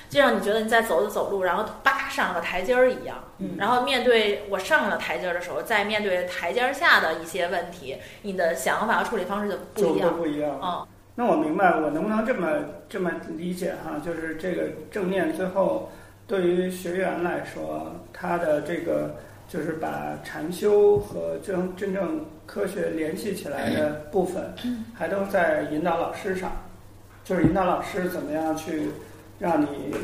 D: 就让你觉得你在走着走路，然后叭上了台阶儿一样。
A: 嗯
D: 然后面对我上了台阶儿的时候，再面对台阶儿下的一些问题，你的想法和处理方式就
C: 就
D: 不
C: 会
D: 一样。
C: 不一样。
D: 嗯，
C: 那我明白，我能不能这么这么理解哈、就是这个正念最后对于学员来说，他的这个就是把禅修和真真正科学联系起来的部分，
D: 嗯
C: 还都在引导老师上，就是引导老师怎么样去让你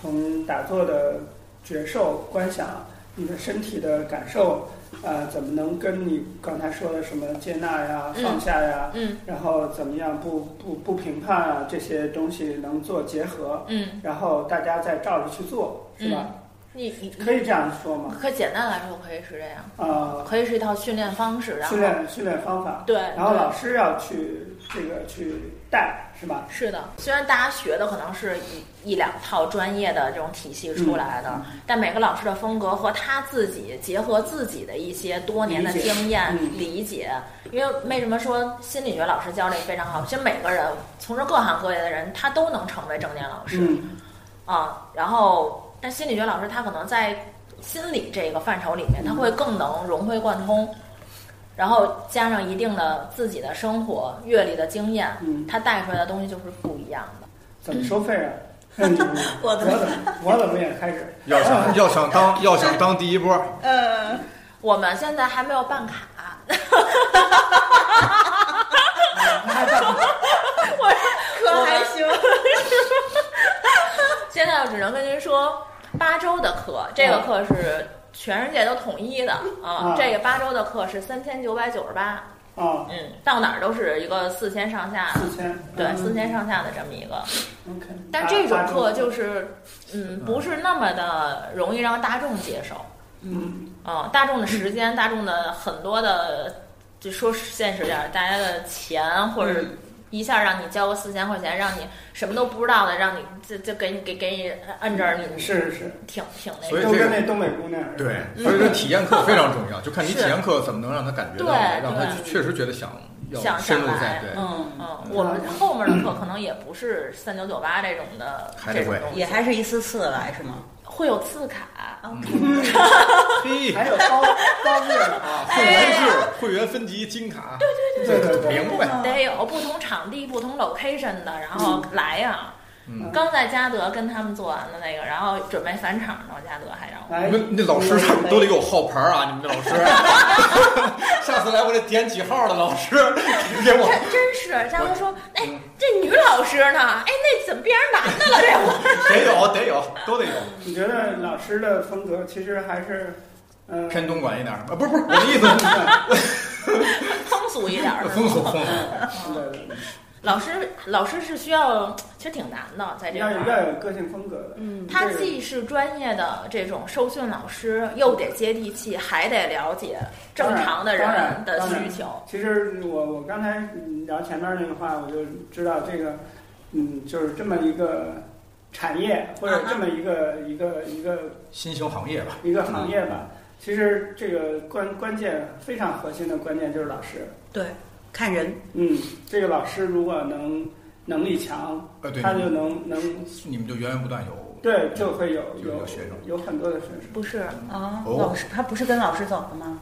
C: 从打坐的觉受、观想你的身体的感受，呃，怎么能跟你刚才说的什么接纳呀、
D: 嗯
C: 放下呀？
D: 嗯
C: 然后怎么样不不不评判啊这些东西能做结合，
D: 嗯
C: 然后大家再照着去做，是吧？
D: 你你
C: 可以这样说吗？
D: 可简单来说可以是这样，
C: 啊、
D: 可以是一套训练方式，然后
C: 训练训练方法，
D: 对
C: 然后
D: 对
C: 老师要去这个去带，是吧？
D: 是的，虽然大家学的可能是一一两套专业的这种体系
C: 嗯
D: 出来的，但每个老师的风格和他自己结合自己的一些多年的
C: 理解
D: 经验
C: 嗯
D: 理解。因为为什么说心理学老师教这个非常好？其实每个人从事各行各业的人，他都能成为正念老师
C: 嗯
D: 啊。然后，但心理学老师他可能在心理这个范畴里面，他会更能融会贯通。然后加上一定的自己的生活阅历的经验，
C: 嗯，
D: 他带出来的东西就是不一样的。
C: 怎么收费 啊？你
A: 我
C: 我
A: 的
C: 怎么我怎么也开始？
B: 要想
D: 嗯
B: 要想当要想当第一波，
A: 呃，
D: 我们现在还没有 办卡，
A: 可还 行。
D: 现在我只能跟您说，八周的课，这个课是全世界都统一的啊
C: 啊，
D: 这个八周的课是三千九百九十八，
C: 啊，
D: 嗯，到哪儿都是一个四千上下的，
C: 四千，
D: 对，
C: 嗯
D: 四千上下的这么一个。
C: ，OK。
D: 但这种课就是，嗯，不是那么的容易让大众接受，
C: 嗯，
D: 嗯，大众的时间，大众的很多的，就说现实点儿，大家的钱或者
A: 嗯
D: 一下让你交个四千块钱，让你什么都不知道的，让你这这给你给给你摁这儿，
A: 嗯
D: 你
C: 是是，
D: 挺挺那
B: 所以
D: 个。
C: 都
B: 这
C: 跟
B: 个
C: 那东北姑娘似的。
B: 对，所以说体验课非常重要，就看你
D: 嗯是
B: 体验课怎么能让他感觉到，
D: 对
B: 让他
D: 对
B: 确实觉得想要
D: 想
B: 深
D: 想
B: 入在
D: 来，
B: 对。
D: 嗯嗯，我们后面的课可能也不是三九九八这种的，
B: 还得
D: 这种
B: 会
D: 东西
A: 也还是一次次来是吗？
D: 会有次卡，
A: 嗯
B: 嘿，
C: 还有高高月啊，
D: 哎
B: 会员制、会员分级、金卡，
C: 对对对对，
B: 明白。
D: 得有不同场地、不同 location 的，然后来呀。
B: 嗯
D: 刚在嘉德跟他们做完的那个，然后准备返场呢，嘉德还让我。
C: 来
B: 你，们那老师上面都得有号牌啊！你们这老师， 下次来我得点几号的老师给我。
D: 真真是，嘉德说，哎，这女老师呢？哎，那怎么变成男的了？这会儿
B: 得有，得有，都得有，
C: 你觉得老师的风格其实还是，嗯，
B: 偏东莞一点儿啊，不是不是，我的意思
D: 通俗一点儿
B: 是
D: 是
B: 风
D: 吗？
B: 俗风俗。
C: 对对对
D: 老师，老师是需要，其实挺难的，在这
C: 要
D: 块
C: 有
D: 儿。
C: 要有个性风格的。
A: 嗯
D: 他既是专业的这种受训老师，又得接地气，还得了解正常的
C: 当然
D: 人的
C: 当然
D: 需求。
C: 其实我我刚才嗯聊前面那个话，我就知道这个，嗯，就是这么一个产业或者
D: 啊哈
C: 这么一个一个一个
B: 新兴行业吧，
C: 一个行业吧。
B: 嗯
C: 其实这个关关键非常核心的关键就是老师，
A: 对，看人。
C: 嗯，这个老师如果能能力强，
B: 呃，对，
C: 他就能能
B: 你们就源源不断有。
C: 对就会有
B: 就有
C: 有
B: 学生
C: 有很多的学生。
D: 不是，
A: 啊，
B: 哦
A: 老师他不是跟老师走的吗？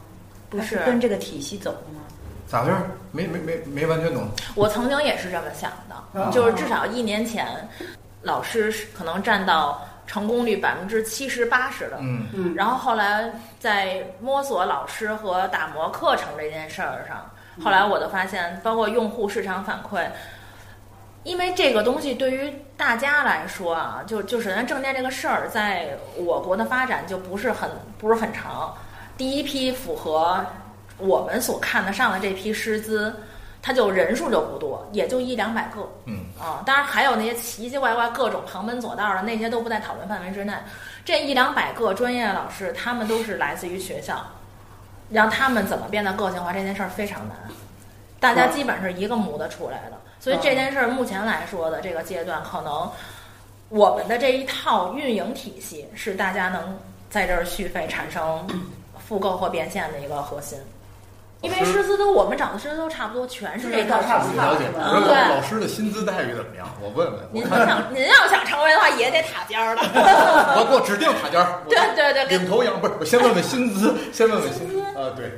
D: 不
A: 他
D: 是
A: 哎跟这个体系走的 吗？
B: 咋回事？没没没没完全懂。
D: 我曾经也是这么想
C: 啊
D: 的，就是至少一年前，老师是可能占到成功率百分之七十八十的。
B: 嗯，
C: 嗯，
D: 然后后来在摸索老师和打磨课程这件事儿上，后来我就发现，包括用户市场反馈，因为这个东西对于大家来说啊，就就首先证件这个事儿，在我国的发展就不是很不是很长。第一批符合我们所看得上的这批师资，它就人数就不多，也就一两百个。
B: 嗯
D: 啊，当然还有那些奇奇怪怪、各种旁门左道的那些都不在讨论范围之内。这一两百个专业的老师，他们都是来自于学校，让他们怎么变得个性化这件事儿非常难。大家基本是一个模子出来的，所以这件事儿目前来说的这个阶段，可能我们的这一套运营体系是大家能在这儿续费产生复购或变现的一个核心。因为师资都我们找的师资都差不多，全是这
C: 就是
D: 套
C: 差
D: 体
C: 不
D: 系
C: 多。
B: 了解。
C: 嗯
B: 老老师的薪资待遇怎么样？我问问。
D: 您
B: 我
D: 要
B: 看
D: 想您要想成为的话，也得塔尖 儿了。
B: 我我指定塔尖儿。我
D: 对对对，
B: 领
D: 跟
B: 头羊不是，我先问问薪资，先问问薪资啊，对，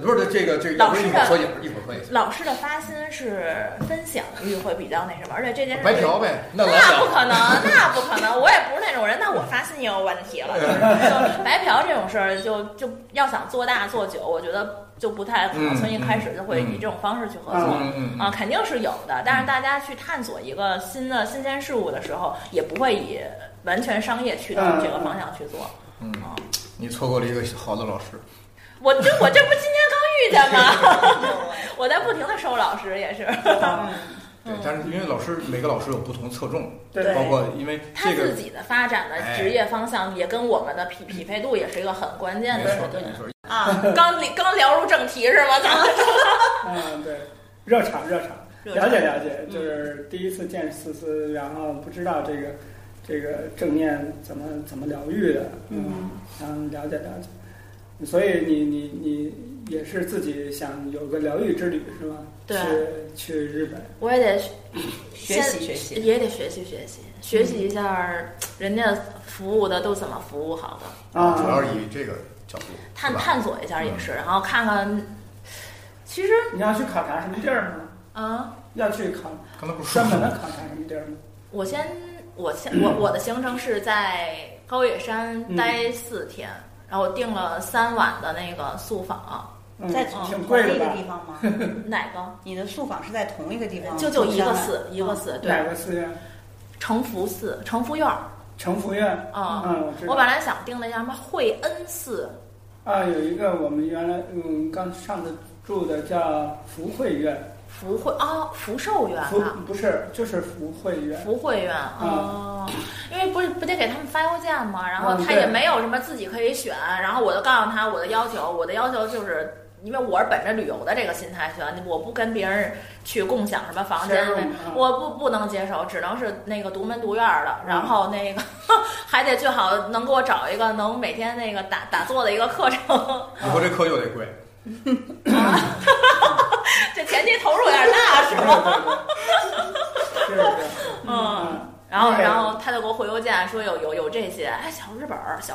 B: 不是这个这个，
D: 老师
B: 一会儿说一会儿一会儿说一下，
D: 老师的发心是分享欲会比较那什么，而且这件事
B: 白嫖呗，那老
D: 那不
B: 了，
D: 可能，那不可能，我也不是那种人，那我发心也有问题
B: 哎
D: 了。就是就白嫖这种事儿，就就要想做大做久，我觉得就不太可能
B: 嗯
D: 从一开始就会
B: 嗯
D: 以这种方式去合
C: 嗯
D: 作。
B: 嗯嗯
D: 啊，
B: 嗯，
D: 肯定是有的，但是大家去探索一个新的新鲜事物的时候，也不会以完全商业驱动的这个方向去做。
B: 嗯，你错过了一个好的老师，
D: 我这我
A: 嗯
D: 这不今天刚遇见吗？我在不停的收老师也是，
B: 对，但是因为老师每个老师有不同侧重，
A: 对
B: 包括因为
D: 他
B: 这个
D: 自己的发展的
B: 哎
D: 职业方向也跟我们的匹匹配度也是一个很关键
B: 没
D: 的
B: 错
D: 对
B: 没错，
D: 啊。刚离刚聊入正题是吗？咱们
C: 嗯，对，热场热场，
A: 热
C: 了
A: 场
C: 解了解，就是第一次见思思，然后不知道这个这个正念怎么怎么疗愈的，嗯，然后了解了解，所以你你你也是自己想有个疗愈之旅是吗？
D: 对
C: 去去日本，
D: 我也得
A: 学习
D: 先
A: 学习
D: 也得学习学习，学习一下人家服务的都怎么服务好的。
C: 啊，
B: 主要是以这个角度
D: 探
B: 是吧嗯
D: 探索一下也是，然后看看，其实
C: 你要去考察什么地儿吗？
D: 啊、
C: 要去考
B: 刚才不是说
C: 专
B: 了
C: 门的
B: 吗
C: 考察什么地儿吗？
D: 我先我先我我的行程是在高野
B: 嗯
D: 山待四天，然后我订了三晚的那个宿坊，
C: 嗯
A: 在同
C: 挺
A: 同
C: 贵
A: 一
C: 的
A: 个
C: 吧
A: 地？方吗？
B: 嗯
D: 哪个？
A: 你的宿坊是在同一个地方吗？
D: 就就一个
A: 从山
D: 寺
A: 来
D: 一个寺，
C: 哪
D: 对，
C: 个寺院？
D: 成福寺成福院儿
C: 城福院。
D: 啊。
C: 嗯，我知道。
D: 我本来想订那叫什么惠恩寺，
C: 啊，有一个我们原来嗯刚上次住的叫福慧院，
D: 福惠啊福寿院
C: 福
D: 啊，
C: 不是就是福慧院，
D: 福慧院哦，因为不是不得给他们发邮件吗？然后
C: 嗯
D: 他也
C: 对
D: 没有什么自己可以选，然后我就告诉他我的要求，我的要求就是。因为我是本着旅游的这个心态去的，我不跟别人去共享什么房间
C: Share room，嗯，
D: 我不不能接受，只能是那个独门独院儿的，然后那个还得最好能给我找一个能每天那个打打坐的一个课程，
B: 以后这课又得贵，
C: 啊
D: 这前期投入有点大是
C: 对
D: 吧？
C: 对对，是是，
D: 嗯。
C: 嗯，
D: 然后，
C: 对
D: 然后他就给我回邮件说有有有这些，哎，小日本儿，小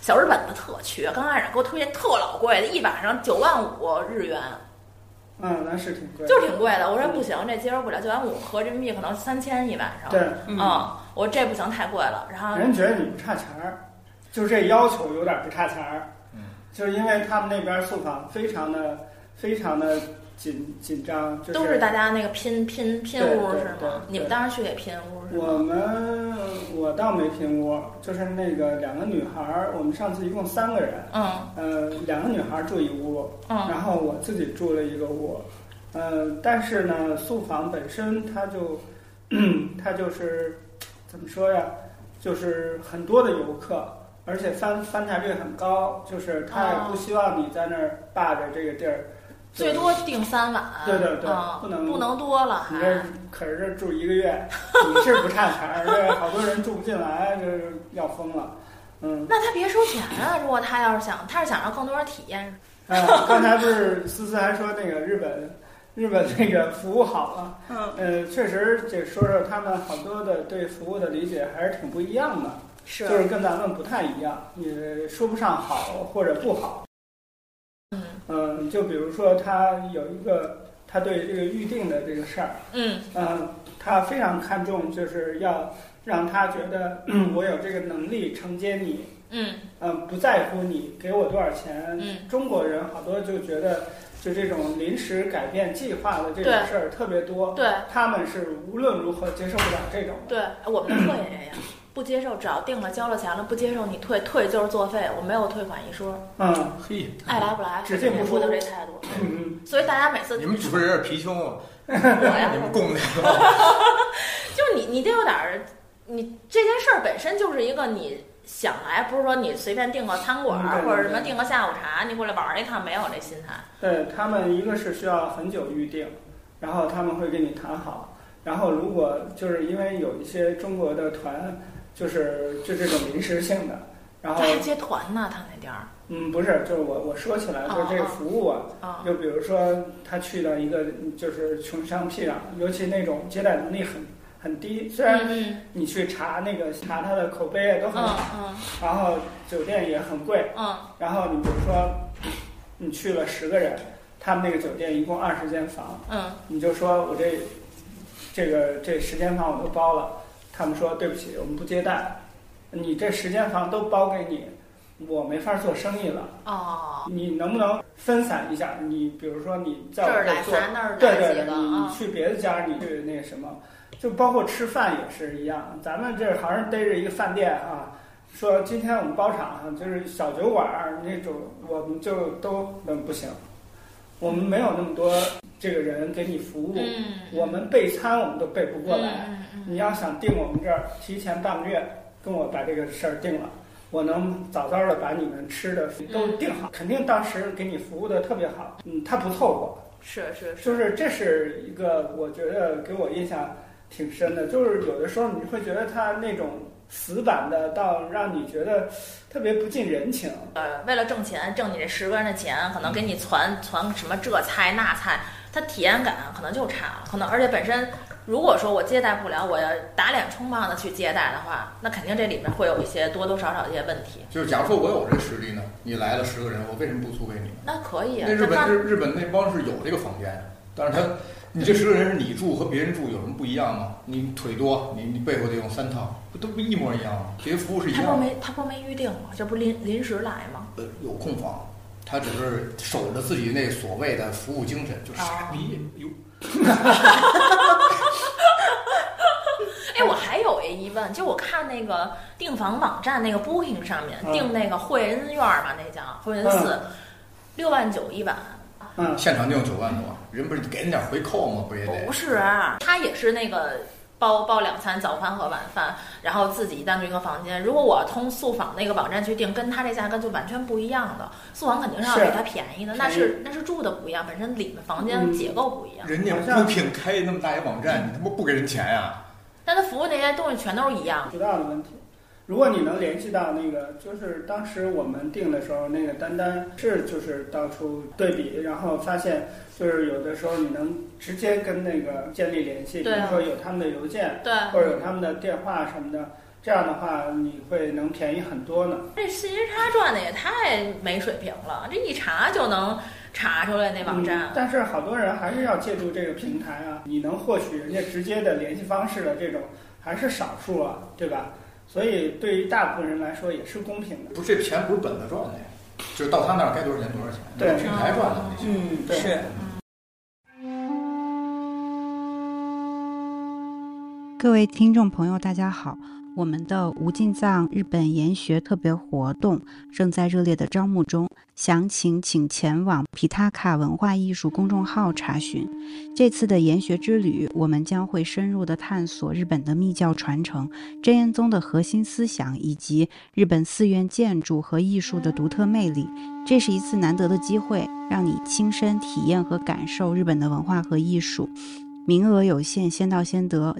D: 小日本的特缺，刚开始给我推荐特老贵的，一晚上九万五日元，
C: 嗯，那是挺贵的，
D: 就挺贵的。我说不行，这接受不了，九万五合人民币可能三千一晚上。
C: 对，
D: 嗯，我说这不行，太贵了。然后
C: 人觉得你不差钱儿，就这要求有点不差钱儿，
B: 嗯，
C: 就是因为他们那边宿房非常的非常的紧紧张，就是
D: 都是大家那个拼拼拼屋
C: 对对
D: 是
C: 对
D: 吗
C: 对？
D: 你们当时去给拼屋是
C: 我
D: 吗？
C: 们我倒没拼屋，就是那个两个女孩儿，我们上次一共三个人，
D: 嗯
C: 呃，两个女孩住一屋，
D: 嗯
C: 然后我自己住了一个屋，呃，但是呢，宿房本身它就， 它就是怎么说呀，就是很多的游客，而且翻翻台率很高，就是他也
D: 哦
C: 不希望你在那儿霸着这个地儿，
D: 最多定三晚。
C: 对对对
D: 嗯
C: 不能
D: 不能多了
C: 你这
D: 还。
C: 可是这住一个月，你是不差钱儿，这好多人住不进来，这要疯了，嗯。
D: 那他别收钱啊！如果他要是想，他是想让更多人体验
C: 啊，刚才不是思思还说那个日本，日本那个服务好了，
A: 嗯，
C: 呃，确实得说说他们好多的对服务的理解还是挺不一样的，
D: 是啊
C: 就是跟咱们不太一样，也说不上好或者不好。
D: 嗯
C: 嗯、就比如说他有一个，他对这个预定的这个事儿，
D: 嗯
C: 嗯，他非常看重，就是要让他觉得、 嗯、我有这个能力承接你，
D: 嗯
C: 嗯，不在乎你给我多少钱。
D: 嗯
C: 中国人好多就觉得，就这种临时改变计划的这种
D: 对
C: 事儿特别多，
D: 对
C: 他们是无论如何接受不了这种的。
D: 对，我们的课也这样，不接受，只要定了交了钱了，不接受你退，退就是作废，我没有退款一说，
C: 嗯
B: 嘿，
D: 爱来不来，
C: 只进不出
D: 我就这态度。
C: 嗯，
D: 所以大家每次
B: 你们主持人是貔貅吗？
D: 我哎呀
B: 哦你，们供 的，我
D: 就是你你得有点儿，你这件事儿本身就是一个你。想来不是说你随便订个餐馆
C: 嗯对
D: 儿
C: 对
D: 或者什
C: 对
D: 么订个下午茶，你过来玩儿一趟，没有这心态。
C: 对他们一个是需要很久预定，然后他们会跟你谈好，然后如果就是因为有一些中国的团，就是就这种临时性的，然
D: 他
C: 后
D: 还接团呢，他那地儿
C: 嗯，不是，就是我我说起
D: 哦
C: 来就是这个服务啊，
D: 啊，
C: 就比如说他去到一个就是穷乡僻壤，尤其那种接待能力很很低，虽然
D: 嗯
C: 你去查那个查他的口碑啊都
D: 嗯
C: 很好，
D: 嗯
C: 然后酒店也很贵，
D: 嗯
C: 然后你比如说你去了十个人，他们那个酒店一共二十间房，
D: 嗯
C: 你就说我这这个这十间房我都包了，他们说对不起，我们不接待，你这十间房都包给你，我没法做生意了。
D: 嗯哦，
C: 你能不能分散一下？你比如说你
D: 这
C: 在我
D: 儿
C: 这
D: 来
C: 儿做，
D: 仨，那儿
C: 对
D: 来
C: 对嗯对，
D: 几个
C: 你你
D: 啊，
C: 去别的家你去那什么，就包括吃饭也是一样。咱们这好像逮着一个饭店啊，说今天我们包场，就是小酒馆儿那种，我们就都嗯不行，我们没有那么多这个人给你服务，
E: 嗯
C: 我们备餐我们都备不过来。
E: 嗯嗯
C: 你要想定我们这儿，提前半个月跟我把这个事儿定了，我能早早的把你们吃的都
E: 嗯
C: 定好，肯定当时给你服务的特别好。嗯，他不凑合，
D: 是是是，
C: 就是这是一个我觉得给我印象挺深的，就是有的时候你会觉得他那种死板的到让你觉得特别不近人情。
D: 呃，为了挣钱，挣你这十个人的钱，可能给你传传什么这菜那菜，它体验感可能就差了，可能而且本身。如果说我接待不了，我要打脸充胖子去接待的话，那肯定这里面会有一些多多少少的一些问题。
B: 就是假如说我有这实力呢，你来了十个人，我为什么不租给你？
D: 那可以啊，
B: 那日
D: 这
B: 本日日本那帮是有这个房间，但是他你这十个人是你住和别人住有什么不一样吗？你腿多，你你背后得用三套，不都不一模一样吗？这些服务是一
D: 他
B: 样
D: 不
B: 的。
D: 没他不没预定吗？这不临临时来吗？
B: 呃，有空房，他只是守着自己那所谓的服务精神，就是傻逼。
D: 哦
B: 哟、
D: 哎，我还有一疑问，就我看那个订房网站那个 Booking 上面
C: 嗯
D: 订那个惠恩院儿嘛，那叫惠
B: 嗯
D: 恩寺，六万九一晚。
C: 嗯，
B: 现场定九万多，人不是给人点回扣吗？不也得
D: 不？是、啊，他也是那个包包两餐，早饭和晚饭，然后自己单独一个房间。如果我通速访那个网站去订，跟他这价格就完全不一样的。速访肯定是要
C: 是
D: 比他便宜的，那
C: 便宜
D: 是那是住的不一样，本身里面房间
C: 嗯
D: 结构不一样，
B: 人家
C: 好像
B: Booking 开那么大一网站，你他妈不给人钱呀、
D: 但他服务那些东西全都是一样的。
C: 渠道的问题。如果你能联系到那个，就是当时我们定的时候，那个丹丹是就是到处对比，然后发现就是有的时候你能直接跟那个建立联系，比
D: 对啊
C: 如说有他们的邮件
D: 对，
C: 或者有他们的电话什么的，这样的话你会能便宜很多呢。
D: 这信息差赚的也太没水平了，这一查就能查出来那网
C: 嗯
D: 站。啊
C: 但是好多人还是要借助这个平台啊，你能获取人家直接的联系方式的这种还是少数啊，对吧？所以对于大部分人来说也是公平的。
B: 不是这钱不是本子赚的呀，就是到他那儿该多少钱多少钱，
C: 对
B: 平台赚的那些。
F: 嗯，
C: 对
F: 是。
A: 各位听众朋友，大家好！我们的无尽藏日本研学特别活动正在热烈的招募中，详情请前往皮塔卡文化艺术公众号查询。这次的研学之旅，我们将会深入的探索日本的密教传承、真言宗的核心思想，以及日本寺院建筑和艺术的独特魅力。这是一次难得的机会，让你亲身体验和感受日本的文化和艺术。名额有限，先到先得，